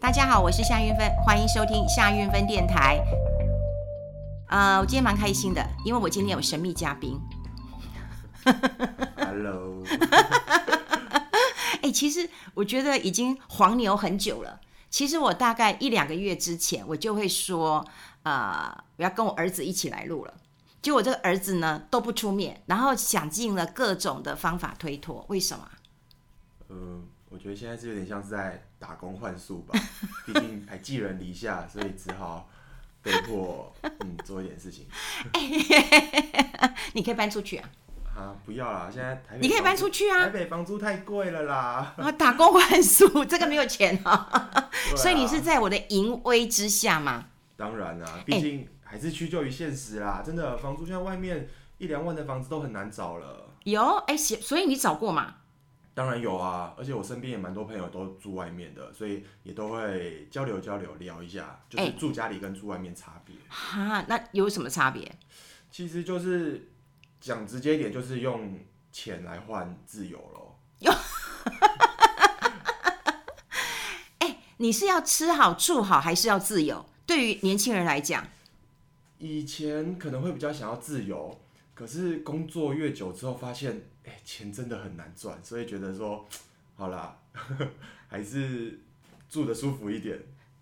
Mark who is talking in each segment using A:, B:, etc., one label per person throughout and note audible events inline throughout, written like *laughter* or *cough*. A: 大家好，我是夏运芬，欢迎收听夏运芬电台。呃，我今天蛮开心的，因为我今天有神秘嘉宾。
B: Hello，
A: 哎、其实我觉得已经黄牛很久了。其实我大概一两个月之前，我就会说，呃，我要跟我儿子一起来录了。结果我这个儿子呢都不出面，然后想尽了各种的方法推脱，为什么？
B: 嗯，我觉得现在是有点像是在打工换宿
A: *laughs*
B: 吧，毕竟还寄人篱下，所以只好被迫嗯做一点事情。
A: 你可以搬出去啊！
B: 啊，不要啦，现在台北
A: 你可以搬出
B: 房租
A: 去啊
B: 台北房租太贵了啦。
A: 啊，打工换宿，这个没有钱啊、
B: 对啊
A: 所以你是在我的淫威之下嘛？
B: 当然啦，毕竟还是屈就于现实啦，真的房租现在外面一两万的房子都很难找了。
A: 有哎，所所以你找过嘛？
B: 当然有啊，而且我身边也蛮多朋友都住外面的，所以也都会交流交流聊一下，就
A: 哎
B: 是住家里跟住外面差别。
A: 哈，那有什么差别？
B: 其实就是讲直接一点，就是用钱来换自由咯。
A: 你是要吃好住好，还是要自由？对于年轻人来讲，
B: 以前可能会比较想要自由，可是工作越久之后，发现哎、钱真的很难赚，所以觉得说，好啦， *laughs* 还是住的舒服一点，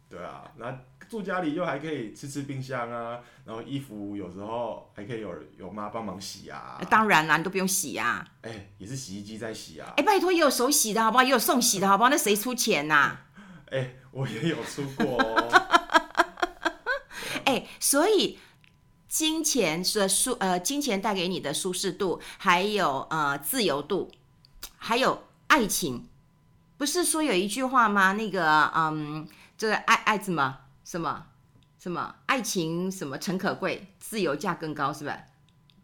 B: 对啊，那住家里又还可以吃吃冰箱啊，然后衣服有时候还可以有有妈帮忙洗啊，
A: 哎当然啦，你都不用洗啊。
B: 哎、也是洗衣机在洗啊
A: 哎、，拜托，也有手洗的好不好？也有送洗的好不好？那谁出钱呐、
B: 哎、我也有出过哦。
A: 哎、所以金钱的舒呃，金钱带给你的舒适度，还有呃自由度，还有爱情，不是说有一句话吗？那个嗯，就是爱爱什么什么什么爱情什么诚可贵，自由价更高，是吧？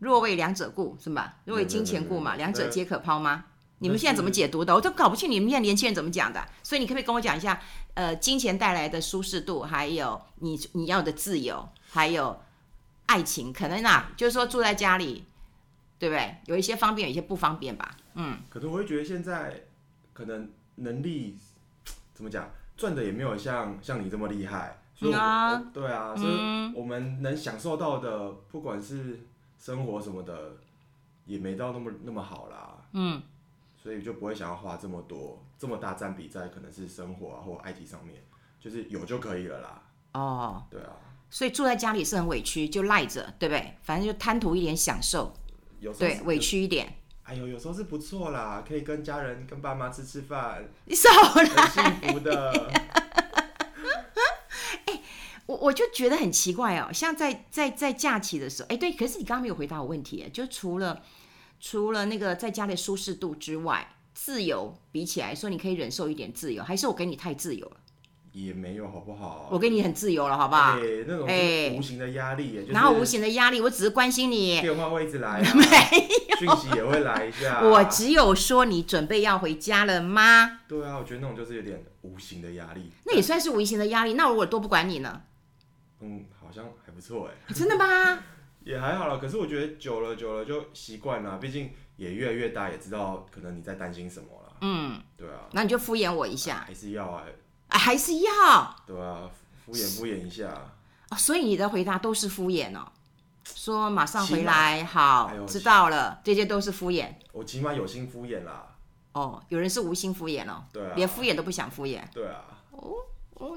A: 若为两者故，是吧？若为
B: 没有没有
A: 金钱故嘛，
B: 没有
A: 两者
B: 那
A: 皆可抛吗？你们
B: 那
A: 现在怎么
B: 是
A: 解读的？我都搞不清你们现在年轻人怎么讲的。所以你可不可以跟我讲一下，呃，金钱带来的舒适度，还有你你要的自由，还有爱情，可能啊，就是说住在家里，对不对？有一些方便，有一些不方便吧。
B: 可能我会觉得现在可能能力怎么讲，赚的也没有像像你这么厉害，所以
A: 嗯
B: 我、
A: 啊嗯
B: 我对啊，所以我们能享受到的，不管是生活什么的，也没到那么那么好啦。嗯，所以就不会想要花这么多这么大占比在可能是生活啊或 IT 上面，就是有就可以了啦。
A: 哦，
B: 对啊，
A: 所以住在家里是很委屈，就赖着，对不对？反正就贪图一点享受，
B: 有时候
A: 对，
B: 是
A: 委。屈一点。
B: 哎呦，有时候是不错啦，可以跟家人、跟爸妈吃吃饭，
A: 你少了，
B: 很幸
A: *laughs*
B: 福的。
A: 我我就觉得很奇怪哦，像在在在假期的时候，哎，对，可是你刚刚没有回答我问题耶，就除了除了那个在家里舒适度之外，自由比起来说，你可以忍受一点自由，还是我给你太自由了？
B: 也没有好不好？
A: 我给你很自由了，好不好？
B: 欸那种
A: 欸
B: 是无形的压力耶，就是
A: 然后无形的压力，我只是关心你。
B: 电话会一直来、啊，
A: *laughs*
B: 没讯息也会来一下。啊
A: 我只有说你准备要回家了吗？
B: 对啊，我觉得那种就是有点无形的压力。
A: 那也算是无形的压力。那如果多不管你呢？
B: 嗯，好像还不错哎，
A: 真的吗？
B: *laughs* 也还好啦。可是我觉得久了久了就习惯了，毕竟也越来越大，也知道可能你在担心什么了。
A: 嗯，
B: 对啊，
A: 那你就敷衍我一下，
B: 还是要啊，
A: 啊、还是要哦。
B: 对啊，敷衍敷衍一下。
A: 所以你的回答都是敷衍哦，说马上回
B: 起
A: 来，好
B: 哎，呦
A: 知道了，这些都是敷衍
B: 我起码有心敷衍啦。
A: 哦。有人是无心敷衍哦，
B: 对啊，
A: 连敷衍都不想敷衍
B: 对啊，
A: 哦。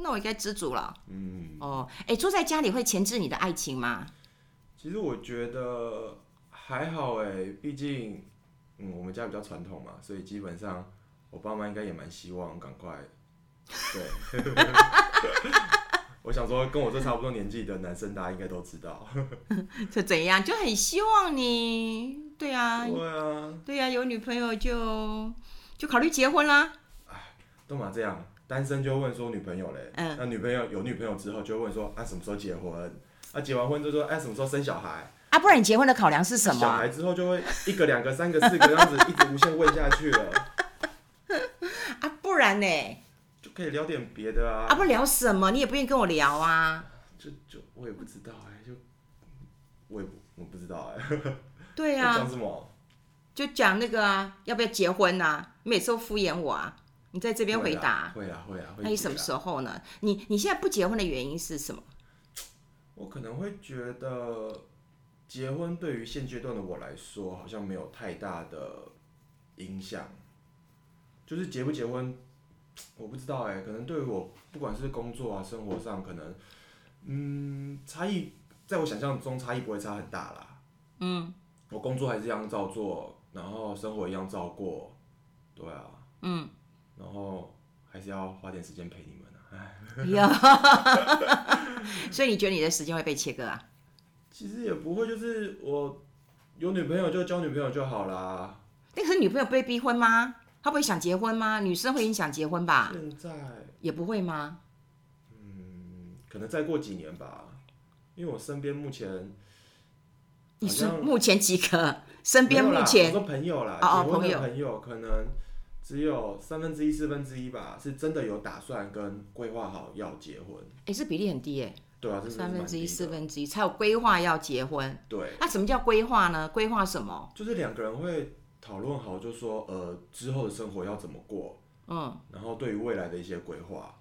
A: 那我应该知足了
B: 嗯。
A: 哦。哎，住在家里会钳制你的爱情吗？ *laughs*
B: 其实我觉得还好哎，毕竟，嗯，我们家比较传统嘛，所以基本上我爸妈应该也蛮希望赶快，对， *laughs* 我想说跟我这差不多年纪的男生，大家应该都知道，
A: 这怎样？就很希望你，对啊，
B: 对啊，
A: 对呀、有女朋友就就考虑结婚啦。
B: 都嘛这样，单身就会问说女朋友嘞，
A: 嗯
B: 那女朋友有女朋友之后就会问说啊什么时候结婚，啊结完婚就说哎、什么时候生小孩，
A: 啊，不然你结婚的考量是什
B: 小
A: 么？
B: 孩之后就会一个两个三个四个这样子一直无限问下去了，
A: 啊，不然呢？
B: 就可以聊点别的
A: *laughs* 啊，不聊什么？你也不愿意跟我聊啊？
B: 就就我也不知道哎、就我也不我不知道哎、
A: 对
B: 要
A: 啊
B: *laughs* 讲，什么？
A: 就讲那个啊，要不要结婚啊？你每次都敷衍我啊？你在这边回答。
B: 会啊会啊会。
A: 那你什么时候呢？你你现在不结婚的原因是什么？
B: 我可能会觉得，结婚对于现阶段的我来说，好像没有太大的影响。就是结不结婚，我不知道哎、可能对于我，不管是工作啊、生活上，可能，嗯，差异在我想象中差异不会差很大啦。嗯，我工作还是一样照做，然后生活一样照过，对啊， *laughs* 嗯，然后还是要花点时间陪你们啊。
A: 有， *laughs* 所以你觉得你的时间会被切割啊？
B: 其实也不会，就是我有女朋友就交女朋友就好啦。
A: 那可是女朋友不会逼婚吗？她不会想结婚吗？女生会影响结婚吧？
B: 现在
A: 也不会吗？
B: 可能再过几年吧，因为我身边目前
A: 你是
B: 好像
A: 目前几个？身边
B: 没有
A: 目
B: 啦
A: 前
B: 我说朋友啦，
A: 哦哦
B: 结婚的
A: 朋友
B: 朋友可能只有三分之一、四分之一吧，是真的有打算跟规划好要结婚。
A: 哎、这比例很低耶、
B: 对啊，这
A: 三分之一、四
B: 是蛮低的
A: 分之一才有规划要结婚。
B: 对，
A: 那、什么叫规划呢？规划什么？
B: 就是两个人会讨论好，就说呃之后的生活要怎么过，
A: 嗯，
B: 然后对于未来的一些规划。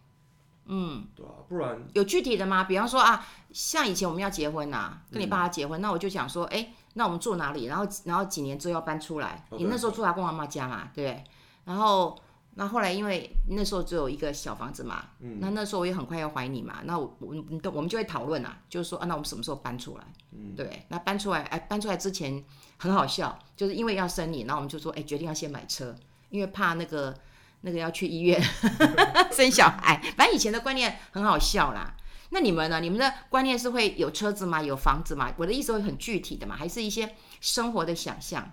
B: 嗯，对啊，不然
A: 有具体的吗？比方说啊，像以前我们要结婚啊，跟你爸结婚，那我就想说，哎、那我们住哪里？然后然后几年之后要搬出来。
B: OK
A: 你那时候住阿公阿妈家嘛，对不对？然后那后来因为那时候只有一个小房子嘛，嗯、那那时候我也很快要怀你嘛，那我我你懂我们就会讨论啊，就是说啊，那我们什么时候搬出来？嗯，对，那搬出来哎，搬出来之前很好笑，就是因为要生你，然后我们就说哎，决定要先买车，因为怕那个。那个要去医院 *laughs* 生小孩，反正以前的观念很好笑啦。那你们呢？你们的观念是会有车子吗？有房子吗？我的意思会很具体的嘛，还是一些生活的想象？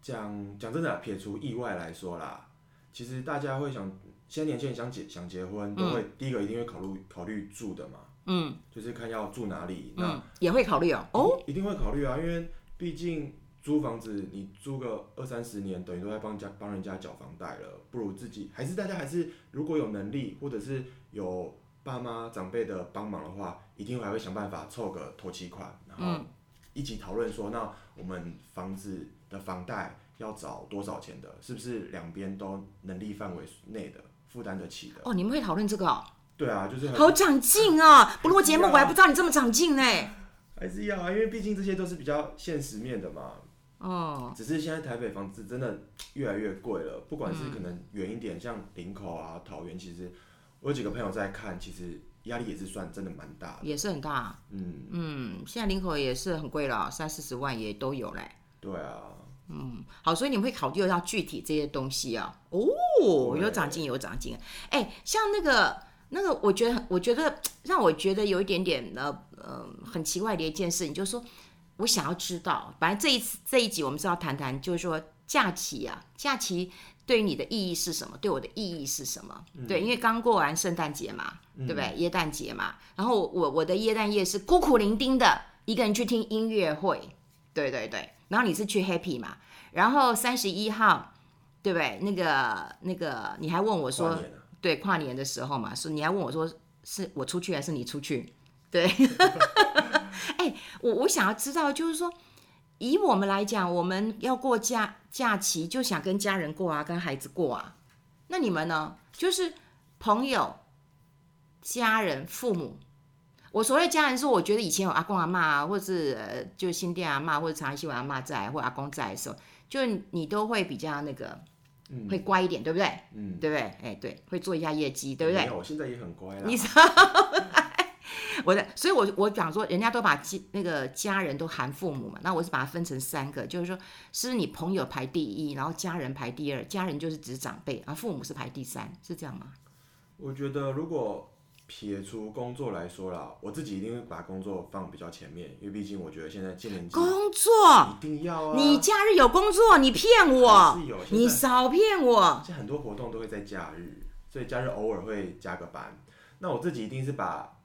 B: 讲讲真的啊、撇除意外来说啦，其实大家会想，现在年轻人想结想结婚，都会、第一个一定会考虑考虑住的嘛，嗯，就是看要住哪里，那
A: 嗯，也会考虑哦。哦，
B: 哦，一定会考虑啊，因为毕竟租房子你租个二三十年，等于都在帮家帮人家缴房贷了，不如自己还是大家还是如果有能力或者是有爸妈长辈的帮忙的话，一定还会想办法凑个头期款，然
A: 嗯
B: 后一起讨论说，那我们房子的房贷要找多少钱的，是不是两边都能力范围内的负担得起的？
A: 哦，你们会讨论这个哦，
B: 对啊，就是很
A: 好长进哦！不录节目我还不知道你这么长进呢。
B: 还是要啊，因为毕竟这些都是比较现实面的嘛。
A: 哦，
B: 只是现在台北房子真的越来越贵了，不管是可能远一点，像林口啊、桃园，其实我有几个朋友在看，其实压力也是算真的蛮大的。
A: 也是很大。啊
B: 嗯，
A: 嗯，现在林口也是很贵了，三四十万也都有嘞。
B: 对啊，
A: 嗯，好，所以你们会考虑到具体这些东西啊。哦，
B: 对
A: 有长进，有长进。哎，像那个那个，我觉得，我觉得让我觉得有一点点呃呃很奇怪的一件事情，就是说我想要知道，反正这一次这一集我们是要谈谈，就是说假期啊，假期对于你的意义是什么？对我的意义是什么？对，因为刚过完圣诞节嘛，对不对？耶诞节嘛，然后我我的耶诞夜是孤苦伶仃的，一个人去听音乐会，对对对，然后你是去 Happy 嘛，然后三十一号，对不对？那个那个，你还问我说
B: 跨，年啊，
A: 对，跨年的时候嘛，是你还问我说，是我出去还是你出去？对， *laughs* 哎、我我想要知道，就是说，以我们来讲，我们要过假假期，就想跟家人过啊，跟孩子过啊。那你们呢？就是朋友、家人、父母。我所谓的家人是，我觉得以前有阿公阿妈、啊，或是呃，就是新店阿妈或者长安西阿妈在，或阿公在的时候，就是你都会比较那个，会乖一点，对不对？
B: 嗯，
A: 对不对？哎，对，会做一下业绩，对不
B: 没
A: 对？
B: 有，我现在也很乖啦
A: 你。我的，所以我我讲说，人家都把家那个家人都含父母嘛，那我是把它分成三个，就是说是你朋友排第一，然后家人排第二，家人就是指长辈，而父母是排第三，是这样吗？
B: 我觉得如果撇除工作来说啦，我自己一定会把工作放比较前面，因为毕竟我觉得现在今年纪
A: 工作，
B: 一定要啊。
A: 你假日有工作，你骗我
B: 还是有，现在
A: 你少骗我，
B: 现在很多活动都会在假日，所以假日偶尔会加个班。那我自己一定是把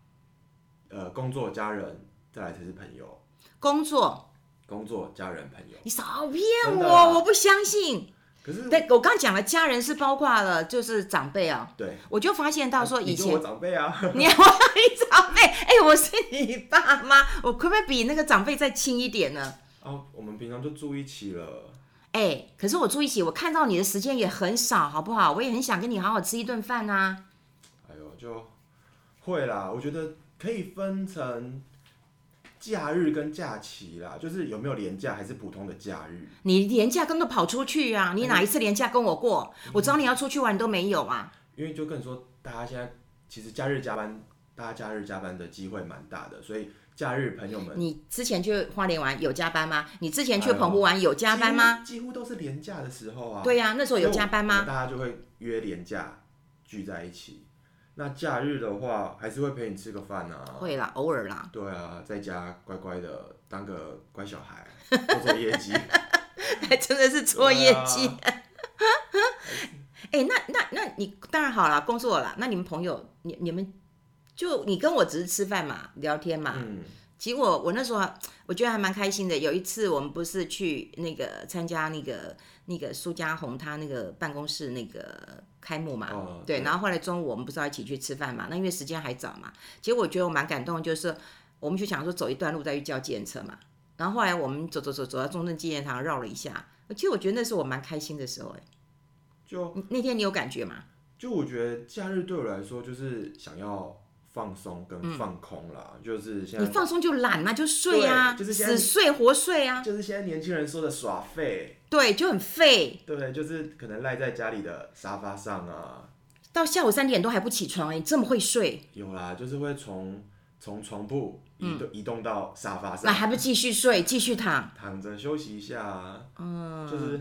B: 呃工作、家人，再来才是朋友。
A: 工作，
B: 工作、家人、朋友。
A: 你少骗
B: 真的啊
A: 我，我不相信。
B: 可是
A: 对，我刚讲了，家人是包括了就是长辈啊，
B: 对，
A: 我就发现到说以
B: 你跟
A: 前
B: 我长辈啊， *laughs*
A: *laughs* 你我你长辈，哎、我是你爸妈，我可不可以比那个长辈再轻一点呢？
B: 哦，我们平常就住一起了。
A: 哎，可是我住一起，我看到你的时间也很少，好不好？我也很想跟你好好吃一顿饭啊。
B: 哎呦，就会啦。我觉得可以分成假日跟假期啦，就是有没有连假还是普通的假日。
A: 你廉价跟都跑出去啊！你哪一次廉价跟我过？我找你要出去玩都没有啊！
B: 因为就跟你说，大家现在其实假日加班，大家假日加班的机会蛮大的，所以假日朋友们
A: 你之前去花莲玩有加班吗？你之前
B: 哎
A: 去
B: 呦
A: 澎湖玩有加班吗？
B: 几乎？几乎都是连假的时候啊。
A: 对呀、那时候有加班
B: 我们
A: 吗？
B: 大家就会约连假聚在一起。那假日的话，还是会陪你吃个饭啊。
A: 会啦，偶尔啦。 *laughs*
B: 对啊，在家乖乖的当个乖小孩，做做业
A: *laughs*
B: 绩。
A: 真的是做业绩。
B: 对啊
A: 哎、那那那你当然好啦，工作啦。那你们朋友，你你们就你跟我只是吃饭嘛，聊天嘛。
B: 嗯，
A: 结果我那时候啊我觉得还蛮开心的。有一次我们不是去那个参加那个那个苏家红他那个办公室那个开幕嘛，
B: 哦
A: 对。
B: 对
A: 然后后来中午我们不是要一起去吃饭嘛？那因为时间还早嘛，结果我觉得我蛮感动，就是我们就想说走一段路再去叫计程车嘛。然后后来我们走走走走到中正纪念堂绕了一下，其实我觉得那是我蛮开心的时候哎、
B: 就
A: 你那天你有感觉吗？
B: 就我觉得假日对我来说，就是想要放松跟
A: 嗯
B: 放空啦，就是现
A: 你
B: 在
A: 放松就懒嘛，就睡啊，
B: 对就是现在
A: 死睡活睡啊，
B: 就是现在年轻人说的耍废，
A: 对，就很废，
B: 对，就是可能赖在家里的沙发上啊，
A: 到下午三点都还不起床哎、你这么会睡，
B: 有啦，就是会从从床铺
A: 嗯
B: 移动、移动到沙发
A: 那
B: 上，
A: 还不继续睡，继续躺？
B: 躺着休息一下、啊，嗯，就是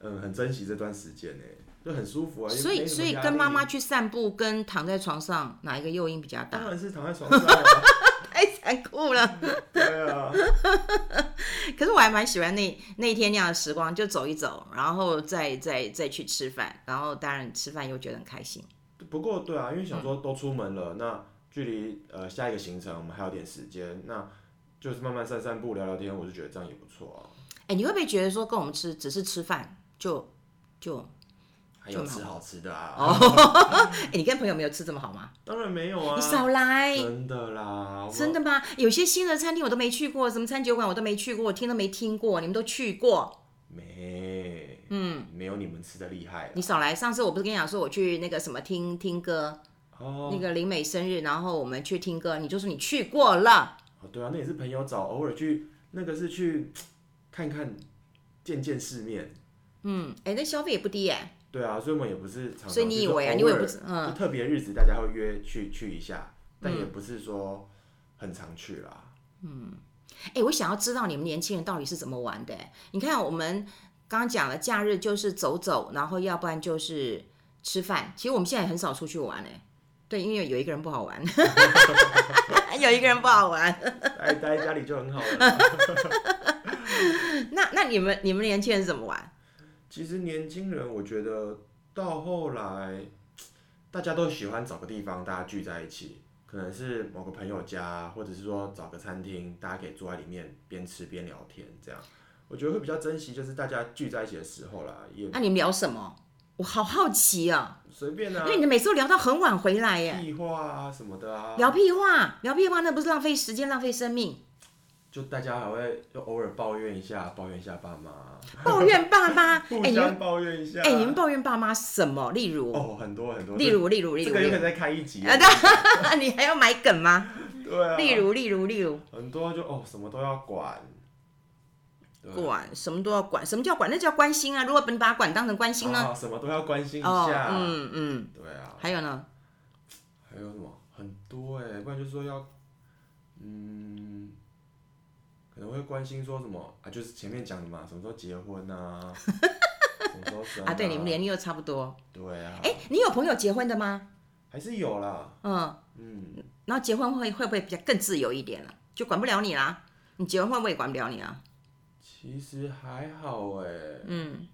B: 嗯很珍惜这段时间呢、就很舒服啊。
A: 所
B: 又
A: 以
B: 没什
A: 所
B: 么
A: 以
B: 压
A: 跟
B: 力
A: 妈妈去散步，跟躺在床上哪一个诱因比较
B: 当
A: 大？
B: 然是躺在床上、啊，
A: *laughs*
B: *laughs*
A: 太残酷了。
B: 对啊，
A: 可是我还蛮喜欢那那一天那样的时光，就走一走，然后再再再去吃饭，然后当然吃饭又觉得很开心。
B: 不过对啊，因为想说都出门
A: 嗯
B: 了，那距离呃下一个行程我们还有点时间，那就是慢慢散散步、聊聊天，我就觉得这样也不错啊。
A: 哎，你会不会觉得说跟我们吃只是吃饭就就？
B: 还有吃好吃的啊？
A: 哎，你跟朋友没有吃这么好吗？
B: 当然没有啊
A: 你，少来。
B: 真的啦，我
A: 真的吗？有些新的餐厅我都没去过，什么餐酒馆我都没去过，我听都没听过，你们都去过？
B: 没，嗯，没有你们吃的厉害啦
A: 你少来！上次我不是跟你讲说我去那个什么听听歌，
B: 哦
A: 那个林美生日，然后我们去听歌，你就说你去过了，
B: 哦，对啊，那也是朋友找，偶尔去那个是去看看见见世面，
A: 嗯，哎，那消费也不低哎，
B: 对啊，所以我们也不是常常去，
A: 所以你以为啊，
B: 就
A: 你以
B: 偶
A: 为
B: 尔
A: 不是？嗯，
B: 就特别日子大家会约去去一下，但也不是说很常去啦。
A: 哎，我想要知道你们年轻人到底是怎么玩的哎。你看我们刚刚讲了，假日就是走走，然后要不然就是吃饭。其实我们现在也很少出去玩哎，对，因为有一个人不好
B: *laughs*
A: 玩， *laughs* 有一个人不好玩。
B: 待 *laughs* 待在家里就很好了。
A: 那那你们你们年轻人怎么玩？
B: 其实年轻人，我觉得到后来，大家都喜欢找个地方大家聚在一起，可能是某个朋友家，或者是说找个餐厅，大家可以坐在里面边吃边聊天，这样我觉得会比较珍惜，就是大家聚在一起的时候啦，也
A: 那、你们聊什么？我好好奇啊，
B: 随便
A: 因
B: 啊，
A: 为你们每次都聊到很晚回来耶，
B: 屁话啊什么的啊，
A: 聊屁话，聊屁话，那不是浪费时间，浪费生
B: *laughs*
A: 命，
B: 就大家还会就偶尔抱怨一下，抱怨一下爸妈，啊
A: 抱怨爸妈。哎、
B: *laughs* 互
A: 你们
B: 相抱怨一下。
A: 哎、你们抱怨爸妈什么？例如，
B: 哦，很多很多，
A: 例如，例如，例
B: 这
A: 如，
B: 个
A: 例
B: 又可
A: 如
B: 以再开一集啊
A: 啊，，对 *laughs* 你还要买梗
B: *laughs*
A: 吗？
B: 对啊，
A: 例如，例如，例如，
B: 很多就哦，什么都要管，对啊
A: 管什么都要管，什么叫管？那叫关心啊！如果你把管当成关心呢？
B: 啊，什么都要关心一
A: 哦，
B: 下，
A: 嗯嗯，
B: 对啊，
A: 还有呢？
B: 还有什么很多哎、不然就是说要，嗯，可能会关心说什么啊，就是前面讲的嘛，什么时候结
A: *laughs*
B: 婚啊，什么时候生
A: 啊，对，你们
B: 连
A: 年龄又差不多。
B: 对啊，
A: 哎、你有朋友结婚的吗？
B: 还是有啦，
A: 嗯，
B: 嗯，
A: 然后结婚会会不会比较更自由一点了、就管不了你啦。你结婚会不会也管不了你啊？
B: 其实还好哎、
A: 嗯，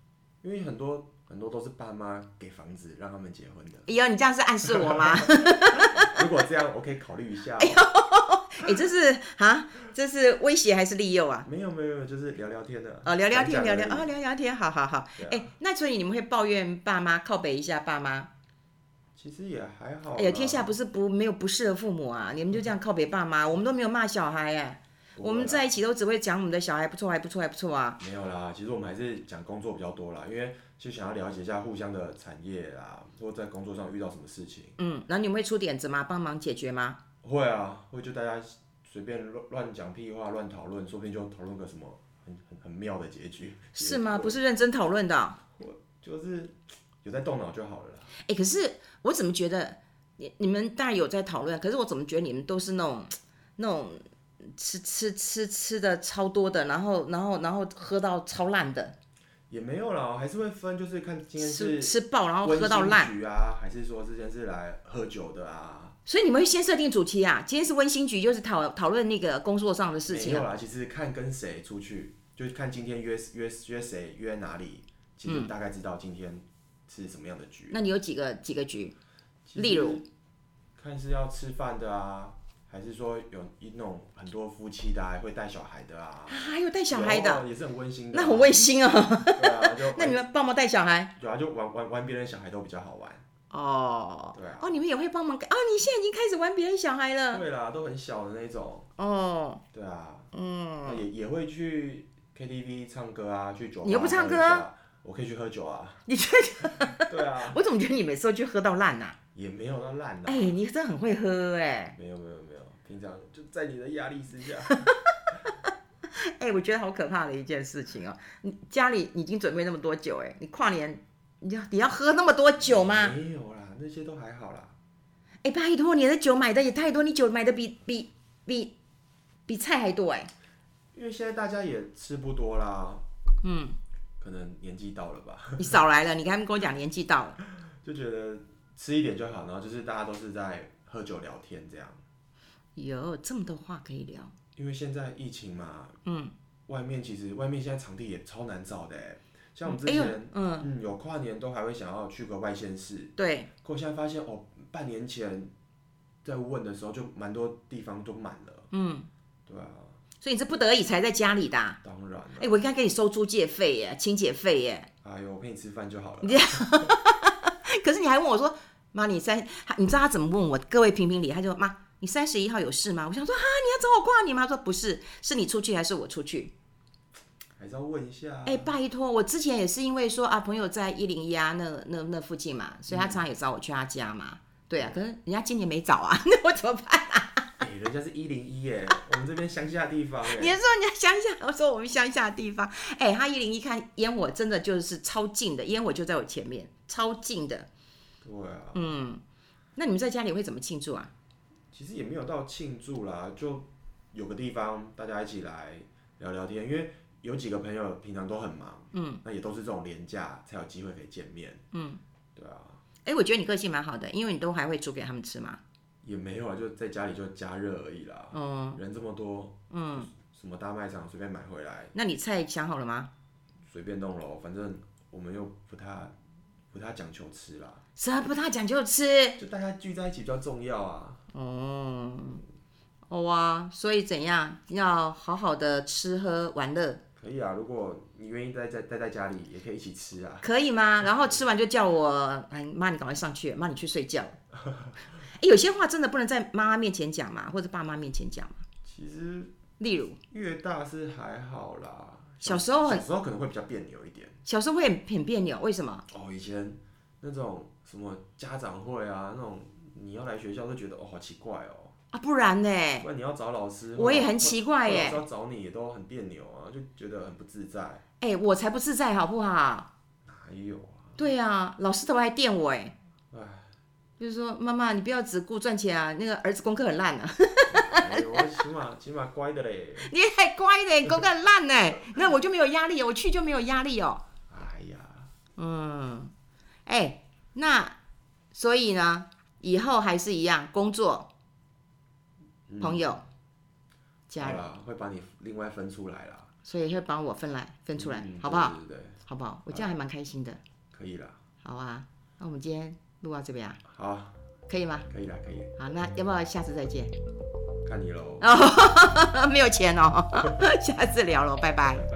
B: 因为很多很多都是爸妈给房子让他们结婚
A: *laughs*
B: 的，
A: 哎呦，你这样是暗示我吗？
B: 如果这样，我可以考虑一下哦、
A: 哎，这是啊，这是威胁还是利诱啊？
B: 没有没有没有，就是聊聊天的，
A: 哦，聊聊天，
B: 讲讲
A: 聊聊
B: 而已
A: 哦，聊聊天，好好好
B: 对啊。
A: 哎、那所以你们会抱怨爸妈，靠北一下爸妈。
B: 其实也还好啦。
A: 哎呀，天下不是不没有不适的父母啊，你们就这样靠北爸妈，我们都没有骂小孩哎、我们在一起都只会讲我们的小孩不错，还不错，还不错啊。
B: 没有啦，其实我们还是讲工作比较多啦，因为就想要了解一下互相的产业啦，或在工作上遇到什么事情。
A: 嗯，然后你们会出点子吗？帮忙解决吗？
B: 会啊，会就大家随便乱乱讲屁话、乱讨论，说不定就讨论个什么很很很妙的结局。
A: 是吗？不是认真讨论的哦、
B: 就是有在动脑就好了啦。
A: 哎、可是我怎么觉得你你们当然有在讨论，可是我怎么觉得你们都是那种那种吃吃吃吃的超多的，然后然后然后喝到超烂的，
B: 也没有啦，还是会分，就是看今天
A: 吃
B: 是
A: 吃爆然后喝到
B: 温
A: 烂，
B: 馨局啊，还是说之前是来喝酒的啊？
A: 所以你们会先设定主题啊。今天是温馨局，就是讨讨论那个工作上的事
B: 没
A: 情、
B: 有
A: 啊。
B: 啦，其实看跟谁出去，就看今天约约约谁约哪里，其实大概知道今天是什么样的局。
A: 那你有几个几个局？
B: 其实
A: 例如
B: 看是要吃饭的啊，还是说有一那种很多夫妻的、啊，会带小孩的啊
A: 啊，，还有带小孩的，
B: 有也是很温馨的啊、
A: 那很温馨哦。
B: 对啊，就
A: *laughs* 那你们帮忙带小孩？
B: 对啊，就玩玩玩别人小孩都比较好玩，
A: 哦，
B: 对啊，
A: 哦，你们也会帮忙哦，你现在已经开始玩别人小孩了
B: 对啦，都很小的那种，
A: 哦，
B: 对啊，嗯，也也会去 KTV 唱歌啊，去酒吧，
A: 你又不唱歌
B: 啊？我可以去喝酒啊，
A: 你这
B: 对啊，
A: 我怎么觉得你每次都去喝到烂呐、啊
B: 也没有那烂啊的、
A: 哎、你真的很会喝哎、
B: 没有没有没有，平常就在你的压力之下，
A: 哎、我觉得好可怕的一件事情哦。你家里你已经准备那么多酒哎、你跨年你要你要喝那么多 *laughs* 酒吗？
B: 没有啦，那些都还好啦，
A: 哎、拜托，你的酒买的也太多，你酒买的比比比比菜还多哎、
B: 因为现在大家也吃不多啦，嗯，可能年纪到了吧。 *laughs*
A: 你少来了，你跟他们跟我讲年纪到了，
B: 就觉得吃一点就好，然后就是大家都是在喝酒聊天这样，
A: 有这么多话可以聊。
B: 因为现在疫情嘛，嗯，外面其实外面现在场地也超难找的欸，像我们之
A: 哎呦
B: 前，
A: 嗯，
B: 嗯，有跨年都还会想要去个外县市，
A: 对，
B: 可我现在发现哦，半年前在问的时候就蛮多地方都满了，嗯，对啊，
A: 所以你是不得已才在家里的啊、
B: 当然
A: 哎、
B: 了，
A: 我应该给你收租借费耶，清洁费耶。
B: 哎呦，我陪你吃饭就好了，
A: *laughs* 可是你还问我说，妈，你三，你知道他怎么问我？各位评评理，他就妈，你三十一号有事吗？我想说哈，你要找我挂你吗？他说不是，是你出去还是我出去？
B: 还是要问一下，
A: 哎、拜托，我之前也是因为说啊，朋友在一零一啊那那那附近嘛，所以他常常也找我去他家嘛。对啊，可是人家今年没找啊， *laughs* 那我怎么办？
B: 哎，人家是一零一
A: *laughs*
B: 哎，我们这边乡下地方
A: 你
B: 哎，
A: 是说人家乡下？我说我们乡下的地方，哎、他一零一看烟火真的就是超近的，烟火就在我前面，超近的。
B: 对啊，
A: 那你们在家里会怎么庆祝啊？
B: 其实也没有到庆祝啦，就有个地方大家一起来聊聊天，因为有几个朋友平常都很忙，嗯，那也都是这种廉价才有机会可以见面，嗯，对啊，
A: 哎、我觉得你个性蛮好的，因为你都还会煮给他们吃嘛。
B: 也没有啊，就在家里就加热而已啦，
A: 哦，
B: 人这么多，嗯，什么大卖场随便买回来，
A: 那你菜想好了吗？
B: 随便弄咯，反正我们又不太不太讲求吃啦，
A: 什么不大讲究吃
B: 就大家聚在一起比较重要啊，
A: 哦，哦哇，所以怎样要好好的吃喝玩乐，
B: 可以啊，如果你愿意待在待在家里，也可以一起吃啊，
A: 可以吗？然后吃完就叫我，哎妈，你赶快上去，妈你去睡觉。 *laughs* 哎，有些话真的不能在妈妈面前讲嘛，或者爸妈面前讲嘛。
B: 其实
A: 例如，
B: 越大是还好啦，
A: 小时候很
B: 小时候可能会比较别扭一点。
A: 小时候会很很别扭，为什么？
B: 哦，以前那种什么家长会啊，那种你要来学校都觉得哦好奇怪哦，
A: 啊，不然呢？
B: 不然你要找老师，
A: 我也
B: 或
A: 很奇怪耶
B: 或老师要找你也都很别扭啊，就觉得很不自在。
A: 哎，我才不自在好不好？
B: 哪有啊？
A: 对啊，老师都还电我哎，
B: 哎，
A: 就是说妈妈你不要只顾赚钱啊，那个儿子功课很烂啊。 *laughs*
B: 哎我起码 *laughs* 起码乖的嘞。
A: 你还乖的，你功课很烂
B: *laughs*
A: 呢，那我就没有压力，我去就没有压力哦。
B: 哎呀，
A: 嗯，哎、那所以呢，以后还是一样，工作、朋友、家
B: 嗯好
A: 人，
B: 啦，会把你另外分出来啦，
A: 所以会把我分来分出来，
B: 嗯
A: 好不好？？
B: 对对对，
A: 好不好？我这样还蛮开心的。
B: 可以啦，
A: 好啊，那我们今天录到这边啊，
B: 好，
A: 可以吗？
B: 可以啦，可以，
A: 好，那要不要下次再见？ *laughs*
B: 看你喽，
A: 没有钱哦，下次聊喽，拜拜 *laughs*
B: 拜。拜。